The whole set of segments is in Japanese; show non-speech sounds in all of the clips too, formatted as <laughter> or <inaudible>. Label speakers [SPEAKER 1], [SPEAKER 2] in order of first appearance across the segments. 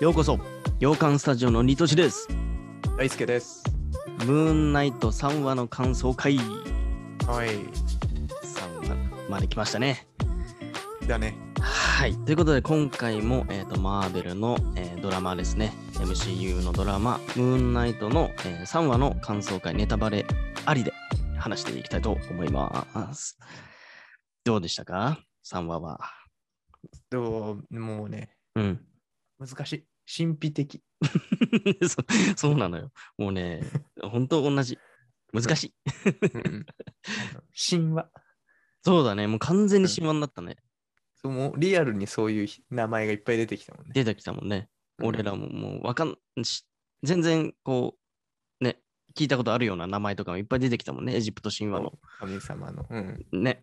[SPEAKER 1] ようこそ洋館スタジオのニトシです
[SPEAKER 2] 大輔です。
[SPEAKER 1] ムーンナイト3話の感想会
[SPEAKER 2] はい。
[SPEAKER 1] 3話まで来ましたね
[SPEAKER 2] だね。
[SPEAKER 1] はいということで今回も、えー、とマーベルの、えードラマですね MCU のドラマ「ムーンナイトの」えー3話の感想会ネタバレありで話していきたいと思いますどうでしたか3話は
[SPEAKER 2] どうもうね、
[SPEAKER 1] うん <laughs>
[SPEAKER 2] 難しい。神秘的。
[SPEAKER 1] そそうなのよもうね本当同じ難しい
[SPEAKER 2] 神話。
[SPEAKER 1] そうだねもう完全に神話になったね
[SPEAKER 2] そうもうリアルにそういう名前がいっぱい出てきたもんね。
[SPEAKER 1] 出てきたもんね俺ら
[SPEAKER 2] も。
[SPEAKER 1] ももうわかんし、全然こう、ね、聞いたことあるような名前とかもいっぱい出てきたもんね、エジプト神話の。
[SPEAKER 2] 神様の。うん。
[SPEAKER 1] ね。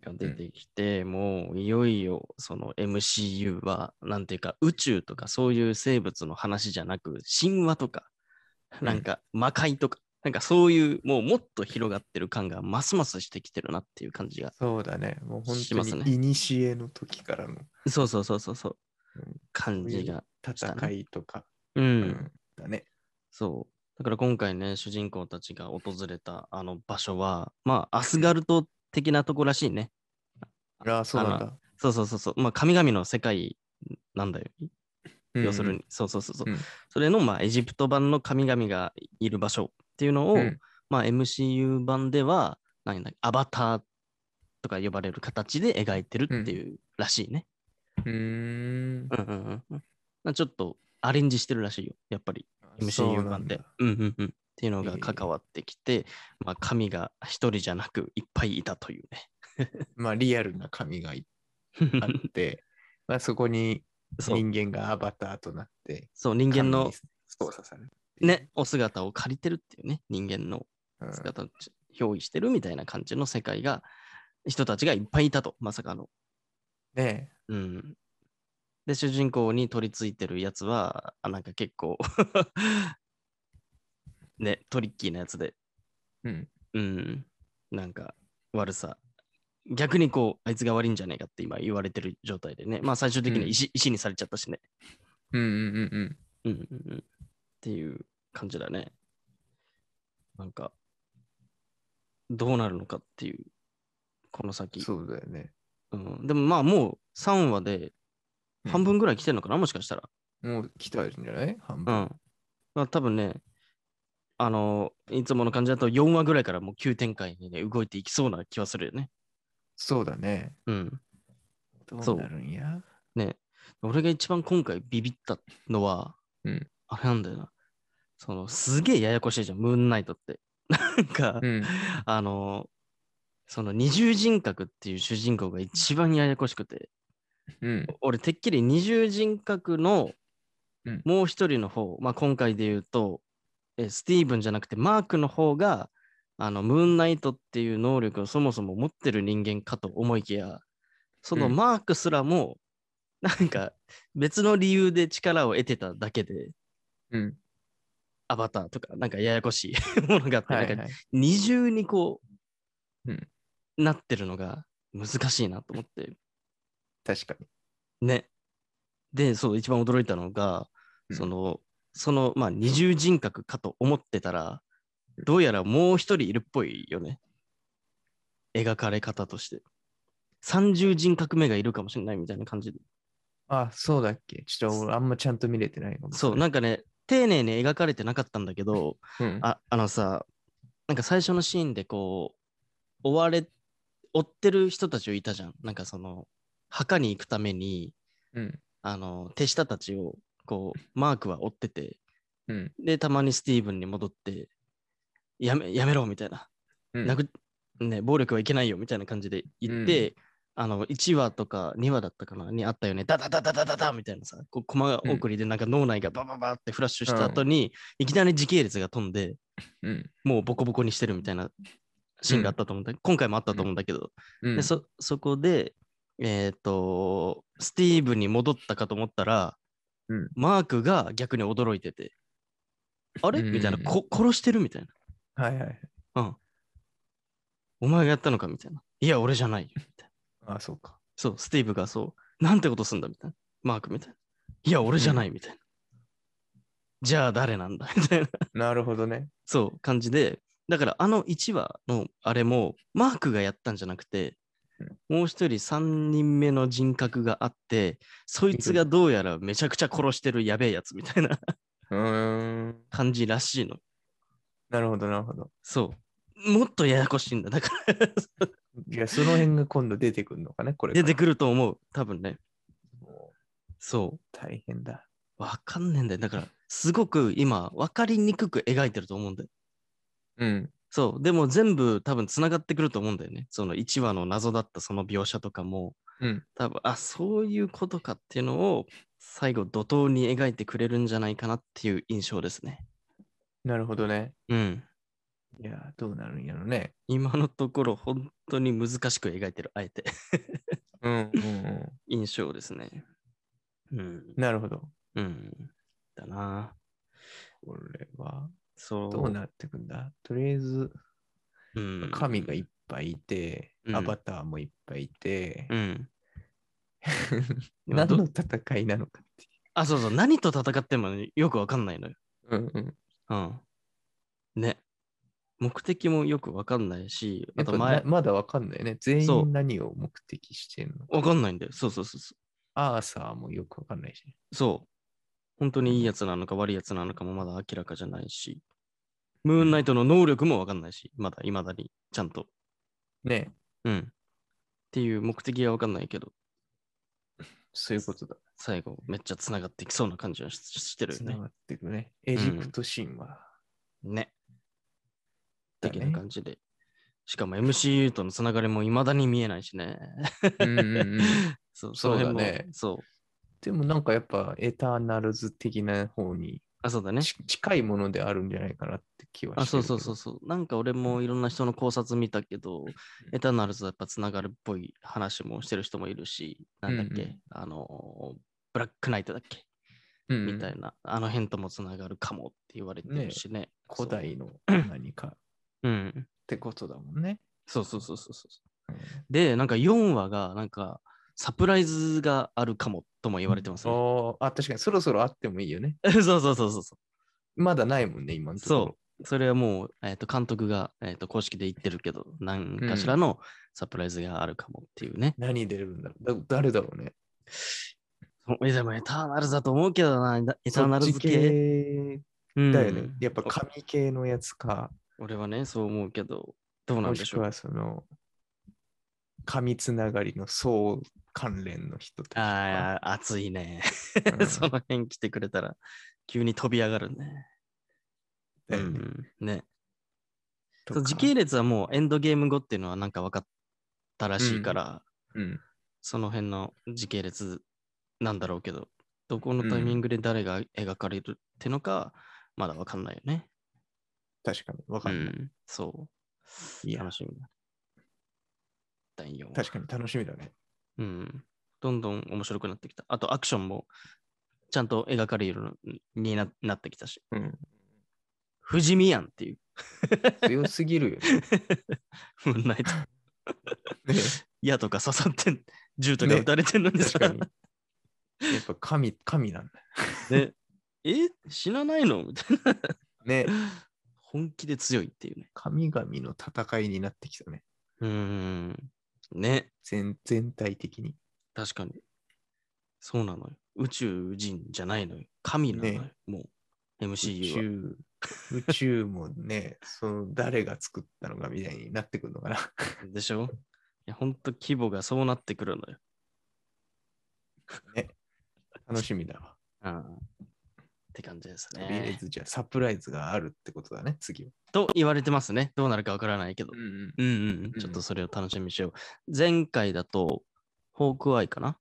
[SPEAKER 1] が出てきて、もういよいよその MCU は、なんていうか、宇宙とかそういう生物の話じゃなく、神話とか、
[SPEAKER 2] ん
[SPEAKER 1] なんか魔界とか、なんかそういう、もうもっと広がってる感がますますしてきてるなっていう感じが。
[SPEAKER 2] そうだね。もう本
[SPEAKER 1] します
[SPEAKER 2] 当
[SPEAKER 1] ね
[SPEAKER 2] に、いにしえの時からの
[SPEAKER 1] そうそうそうそうそう
[SPEAKER 2] うん。
[SPEAKER 1] 感じが。
[SPEAKER 2] 戦いとか。
[SPEAKER 1] うん。
[SPEAKER 2] だね。
[SPEAKER 1] そう。だから今回ね、主人公たちが訪れたあの場所は、まあ、アスガルト的なとこらしいね。
[SPEAKER 2] ああ、そうなんだ。
[SPEAKER 1] そうそうそうそう。まあ、神々の世界なんだよ。要するに、そうそうそうそう。
[SPEAKER 2] うん
[SPEAKER 1] それの、まあ、エジプト版の神々がいる場所っていうのを、
[SPEAKER 2] うん。うん
[SPEAKER 1] まあ、MCU 版では、なんだアバターとか呼ばれる形で描いてるっていうらしいね。
[SPEAKER 2] うーん。
[SPEAKER 1] うんうんうんうんまあ。ちょっとアレンジしてるらしいよ、やっぱり。
[SPEAKER 2] そ
[SPEAKER 1] MCU
[SPEAKER 2] うな
[SPEAKER 1] 版
[SPEAKER 2] ん
[SPEAKER 1] で
[SPEAKER 2] だ。。
[SPEAKER 1] うんうんうん。っていうのが
[SPEAKER 2] ええ
[SPEAKER 1] 関わってきて、まあ、神が一人じゃなくいっぱいいたという
[SPEAKER 2] まあ、リアルな神がい
[SPEAKER 1] ね
[SPEAKER 2] <laughs> あ。って、
[SPEAKER 1] <laughs>
[SPEAKER 2] まあ、そこに
[SPEAKER 1] そう
[SPEAKER 2] 人間がアバターとなって、
[SPEAKER 1] そう人間
[SPEAKER 2] 神
[SPEAKER 1] の
[SPEAKER 2] に操作されるっていう
[SPEAKER 1] ね、お姿を借りてるっていうね、人間の
[SPEAKER 2] うん
[SPEAKER 1] 姿を憑依してるみたいな感じの世界が、人たちがいっぱいいたと、まさかの。
[SPEAKER 2] ね
[SPEAKER 1] うん。で、主人公に取り付いてるやつは、あなんか結構、ね、トリッキーなやつで、
[SPEAKER 2] えうん。
[SPEAKER 1] うん、なんか悪さ。逆にこう、あいつが悪いんじゃねえかって今言われてる状態でね。まあ最終的
[SPEAKER 2] う
[SPEAKER 1] に
[SPEAKER 2] ん
[SPEAKER 1] 石,、石にされちゃったしね。
[SPEAKER 2] うんうんうんうん。
[SPEAKER 1] うんうんうん。っていう感じだね。なんか、どうなるのかっていう、この先。
[SPEAKER 2] そうだよね。
[SPEAKER 1] うん、でもまあもう3話で
[SPEAKER 2] うん
[SPEAKER 1] 半分ぐらい来てるのかな、もしかしたら。
[SPEAKER 2] もう来たんじゃない半
[SPEAKER 1] う
[SPEAKER 2] 分。
[SPEAKER 1] ん。まあ多分ね、あのいつもの感じだと4話ぐらいからもう急展開にね、動いていきそうな気はするよね。
[SPEAKER 2] そうだね。
[SPEAKER 1] うん。
[SPEAKER 2] ど
[SPEAKER 1] そう
[SPEAKER 2] うなるんや
[SPEAKER 1] ね、俺が一番今回ビビったのは、
[SPEAKER 2] うん
[SPEAKER 1] あれなんだよな。そのすげえややこしいじゃん、ムーンナイトって。なんか、
[SPEAKER 2] うん。
[SPEAKER 1] あの、その二重人格っていう主人公が一番ややこしくて、
[SPEAKER 2] うん。
[SPEAKER 1] 俺てっきり二重人格の
[SPEAKER 2] うん
[SPEAKER 1] もう一人の方、まあ今回で言うと、えスティーブンじゃなくてマークの方が、あのムーンナイトっていう能力をそもそも持ってる人間かと思いきや、その
[SPEAKER 2] うん
[SPEAKER 1] マークすらも、なんか別の理由で力を得てただけで、
[SPEAKER 2] うん。
[SPEAKER 1] アバターとか、なんかややこしい <laughs> ものがあって、
[SPEAKER 2] はい
[SPEAKER 1] な
[SPEAKER 2] は
[SPEAKER 1] んか
[SPEAKER 2] い。
[SPEAKER 1] 二重にこう、
[SPEAKER 2] うん
[SPEAKER 1] なってるのが難しいなと思って。
[SPEAKER 2] 確かに。
[SPEAKER 1] ね。で、そう、一番驚いたのが、
[SPEAKER 2] うん
[SPEAKER 1] その、その、まあ、二重人格かと思ってたら
[SPEAKER 2] う、ん
[SPEAKER 1] どうやらもう一人いるっぽいよね。描かれ方として。三重人格目がいるかもしれないみたいな感じで。
[SPEAKER 2] あ、そうだっけちょっと俺あんまちゃんと見れてないかも。
[SPEAKER 1] そう、なんかね、丁寧に描かれてなかったんだけど、
[SPEAKER 2] うん。
[SPEAKER 1] ああのさ、なんか最初のシーンでこう、追われ、追ってる人たちをいたじゃん。なんかその、墓に行くために、
[SPEAKER 2] うん。
[SPEAKER 1] あの手下たちをこうマークは追ってて
[SPEAKER 2] うん。
[SPEAKER 1] でたまにスティーブンに戻ってやめやめろみたいな、
[SPEAKER 2] うん
[SPEAKER 1] 殴っね、暴力はいけないよみたいな感じで言って、あの1話とか2話だったかなにあったよねダダダダダダダみたいなさこう駒送りでなんか脳内がバババってフラッシュした後に、いきなり時系列が飛んで
[SPEAKER 2] うん。
[SPEAKER 1] もうボコボコにしてるみたいなシーンがあったと思うんだ、今回もあったと思うんだけど、
[SPEAKER 2] うん
[SPEAKER 1] でそそこで、えっ、と、スティーブに戻ったかと思ったら、
[SPEAKER 2] うん
[SPEAKER 1] マークが逆に驚いてて、あれ
[SPEAKER 2] うん
[SPEAKER 1] みたいな、こ殺してるみたい
[SPEAKER 2] はいはい。
[SPEAKER 1] な。うん。お前がやったのかみたいな。いや、俺じゃないよ。みたいな
[SPEAKER 2] あ、そうか。
[SPEAKER 1] そう、スティーブがそう、なんてことすんだみたいな。マークみたいな。いや、俺じゃないみたいな。じゃあ誰なんだみたいな、
[SPEAKER 2] なるほどね。
[SPEAKER 1] そう、感じで、だからあの1話のあれも、マークがやったんじゃなくて、もう一人3人目の人格があって、そいつがどうやらめちゃくちゃ殺してるやべえやつみたいな
[SPEAKER 2] うーん。
[SPEAKER 1] 感じらしいの。
[SPEAKER 2] なるほど、なるほど。
[SPEAKER 1] そう。もっとややこしいんだ。だから
[SPEAKER 2] いや、その辺が今度出てくるのかね、これ。
[SPEAKER 1] 出てくると思う。多分ね。
[SPEAKER 2] もう
[SPEAKER 1] そ
[SPEAKER 2] 大変だ。
[SPEAKER 1] う。わかんねえんだよ。だから、すごく今、わかりにくく描いてると思うんだよ。
[SPEAKER 2] うん。
[SPEAKER 1] そう。でも全部多分つながってくると思うんだよね。その1話の謎だったその描写とかも、
[SPEAKER 2] うん。
[SPEAKER 1] 多分、あ、そういうことかっていうのを、最後、怒涛に描いてくれるんじゃないかなっていう印象ですね。
[SPEAKER 2] なるほどね。
[SPEAKER 1] うん。
[SPEAKER 2] いや、どうなるんやろね。
[SPEAKER 1] 今のところ、本当に難しく描いてる、あえて。 <laughs>
[SPEAKER 2] うん、うん、う
[SPEAKER 1] 印象ですね。うん。
[SPEAKER 2] <laughs> ん。なるほど。
[SPEAKER 1] うん。だな。
[SPEAKER 2] これは、
[SPEAKER 1] そう。
[SPEAKER 2] どうなってくんだとりあえず、
[SPEAKER 1] うん
[SPEAKER 2] 神がいっぱいいて、
[SPEAKER 1] うん
[SPEAKER 2] アバターもいっぱいいて、
[SPEAKER 1] うん。
[SPEAKER 2] <laughs> 何の戦いなのかってい
[SPEAKER 1] あ、そうそう。何と戦ってもよくわかんないのよ。
[SPEAKER 2] う。うんうん、
[SPEAKER 1] うん。ね。目的もよくわかんないし、
[SPEAKER 2] や
[SPEAKER 1] あ
[SPEAKER 2] っぱ
[SPEAKER 1] と
[SPEAKER 2] な
[SPEAKER 1] 前、
[SPEAKER 2] まだわかんないね。全
[SPEAKER 1] そう
[SPEAKER 2] 員何を目的してんの
[SPEAKER 1] わかんないんだよ。そうそうそうそ
[SPEAKER 2] アーサーもよくわかんないし。
[SPEAKER 1] う。そう。本当にいいやつなのか悪いやつなのかもまだ明らかじゃないし、ムーンナイトの能力もわかんないし、まだいまだにちゃんと。
[SPEAKER 2] ね
[SPEAKER 1] うん。っていう目的はわかんないけど、
[SPEAKER 2] そういうことだ。
[SPEAKER 1] 最後めっちゃ繋がってきそうな感じはししてるよ
[SPEAKER 2] つな
[SPEAKER 1] ね。
[SPEAKER 2] がってくね。エジプト神話。
[SPEAKER 1] ね。
[SPEAKER 2] だ
[SPEAKER 1] 的
[SPEAKER 2] ね
[SPEAKER 1] な感じで。しかも MCU とのつながりも未だに見えないしね。
[SPEAKER 2] うんうんうん
[SPEAKER 1] <laughs> そう、
[SPEAKER 2] そうだね
[SPEAKER 1] の辺もそう。
[SPEAKER 2] <laughs> でもなんかやっぱエターナルズ的な方に
[SPEAKER 1] あ、そうだね。
[SPEAKER 2] ち近いものであるんじゃないかなって気は
[SPEAKER 1] あ、
[SPEAKER 2] して
[SPEAKER 1] そう
[SPEAKER 2] るけど。
[SPEAKER 1] そうそうそう。なんか俺もいろんな人の考察見たけど、エターナルズはやっぱつながるっぽい話もしてる人もいるし、なんだっけ、
[SPEAKER 2] うんうん
[SPEAKER 1] あのー、ブラックナイトだっけ、
[SPEAKER 2] うんうん
[SPEAKER 1] みたいな、あの辺ともつながるかもって言われてるしね。
[SPEAKER 2] 古代の何かっ
[SPEAKER 1] そう。うん。
[SPEAKER 2] てことだもんね。
[SPEAKER 1] そうそうそうそうそう。
[SPEAKER 2] うん
[SPEAKER 1] で、なんか4話が、なんか、サプライズがあるかもとも言われてます <laughs> ね。
[SPEAKER 2] おーあ、確かにそろそろあってもいいよね。
[SPEAKER 1] そうそうそうそうそう。
[SPEAKER 2] まだないもんね、今のところ。
[SPEAKER 1] それはもう、えー、と監督が、えー、と公式で言ってるけど、何かしらのサプライズがあるかもっていうね。
[SPEAKER 2] 何出るんだろうだ誰だろうね。
[SPEAKER 1] えでもエターナルズだと思うけどな、エターナルズ
[SPEAKER 2] そっち
[SPEAKER 1] 系。うん
[SPEAKER 2] だよね。やっぱ神系のやつか、
[SPEAKER 1] 俺はね、そう思うけど、どうなん
[SPEAKER 2] も
[SPEAKER 1] で
[SPEAKER 2] し
[SPEAKER 1] し
[SPEAKER 2] く
[SPEAKER 1] ょう。
[SPEAKER 2] はその、神つながりの相関連の人たちか。
[SPEAKER 1] ああ、熱いね。
[SPEAKER 2] うん
[SPEAKER 1] <laughs> その辺来てくれたら、急に飛び上がるね。
[SPEAKER 2] だ
[SPEAKER 1] う
[SPEAKER 2] よね
[SPEAKER 1] ん、ねそ
[SPEAKER 2] とか
[SPEAKER 1] う時系列はもうエンドゲーム後っていうのはなんか分かったらしいから、
[SPEAKER 2] うん
[SPEAKER 1] その辺の時系列なんだろうけど、どこのタイミングで誰が描かれるってのか、まだわかんないよね。
[SPEAKER 2] 確かに、わ
[SPEAKER 1] う
[SPEAKER 2] かんない。
[SPEAKER 1] ん、そう。
[SPEAKER 2] いや
[SPEAKER 1] 楽しみだ。第4話
[SPEAKER 2] 確かに楽しみだ
[SPEAKER 1] <laughs>
[SPEAKER 2] ね。
[SPEAKER 1] うん。どんどん面白くなってきた。あとアクションもちゃんと描かれるようにななってきたし、
[SPEAKER 2] うん、
[SPEAKER 1] 不死身やんっていう。
[SPEAKER 2] 強すぎる
[SPEAKER 1] <laughs>
[SPEAKER 2] よね。
[SPEAKER 1] ムーンナイト。
[SPEAKER 2] <laughs> ね
[SPEAKER 1] 矢とか刺さってん、銃とか
[SPEAKER 2] ね
[SPEAKER 1] 撃たれてんのに
[SPEAKER 2] 確
[SPEAKER 1] さ、
[SPEAKER 2] かに。やっぱ神、神なんだ。
[SPEAKER 1] ね <laughs> え死なないのみたいな。
[SPEAKER 2] ね。
[SPEAKER 1] 本気で強いっていうね。
[SPEAKER 2] 神々の戦いになってきたね。
[SPEAKER 1] うーん。ね、
[SPEAKER 2] 全全体的に。
[SPEAKER 1] 確かに。そうなのよ。宇宙人じゃないのよ。神なのよ。
[SPEAKER 2] ね
[SPEAKER 1] もう、
[SPEAKER 2] 宇
[SPEAKER 1] MCU は。
[SPEAKER 2] 宙、宇宙もね、 <laughs> その誰が作ったのかみたいになってくるのかな。 <laughs>
[SPEAKER 1] でしょいや、ほんと規模がそうなってくるのよ。
[SPEAKER 2] 楽しみだわ。
[SPEAKER 1] うん。って感じです
[SPEAKER 2] とりあえ
[SPEAKER 1] ね。
[SPEAKER 2] ずじゃあサプライズがあるってことだね、次は。
[SPEAKER 1] と言われてますね。どうなるかわからないけど。
[SPEAKER 2] ん
[SPEAKER 1] うんうん
[SPEAKER 2] う。ん
[SPEAKER 1] ちょっとそれを楽しみにしよう。前回だと、ホークアイかな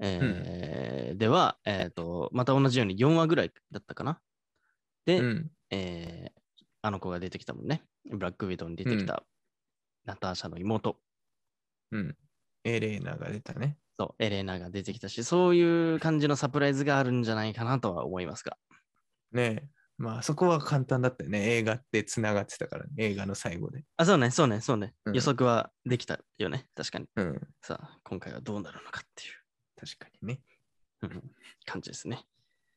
[SPEAKER 1] えーでは、えっ、と、また同じように4話ぐらいだったかなで、
[SPEAKER 2] うん。
[SPEAKER 1] えーあの子が出てきたもんね。ブラックウィドウに出てきた、ナターシャの妹。
[SPEAKER 2] うん。エレーナが出たね。
[SPEAKER 1] そう、エレナが出てきたし、そういう感じのサプライズがあるんじゃないかなとは思いますが。
[SPEAKER 2] ねえ。まあそこは簡単だったよね。映画ってつながってたから、ね、映画の最後で。
[SPEAKER 1] あ、そうね、そうね、そうね。
[SPEAKER 2] うん
[SPEAKER 1] 予測はできたよね。確かに。
[SPEAKER 2] うん。
[SPEAKER 1] さあ、今回はどうなるのかっていう
[SPEAKER 2] 確かにね。
[SPEAKER 1] うん感じですね。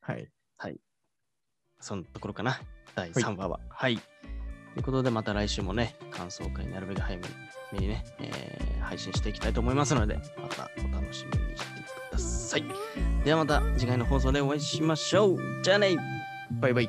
[SPEAKER 2] はい。
[SPEAKER 1] そのところかな。第3話は。はい。ということで、また来週もね、感想会なるべく早めにね、えー配信していきたいと思いますので、またお楽しみにしてください。ではまた次回の放送でお会いしましょう。じゃあね
[SPEAKER 2] バイバイ。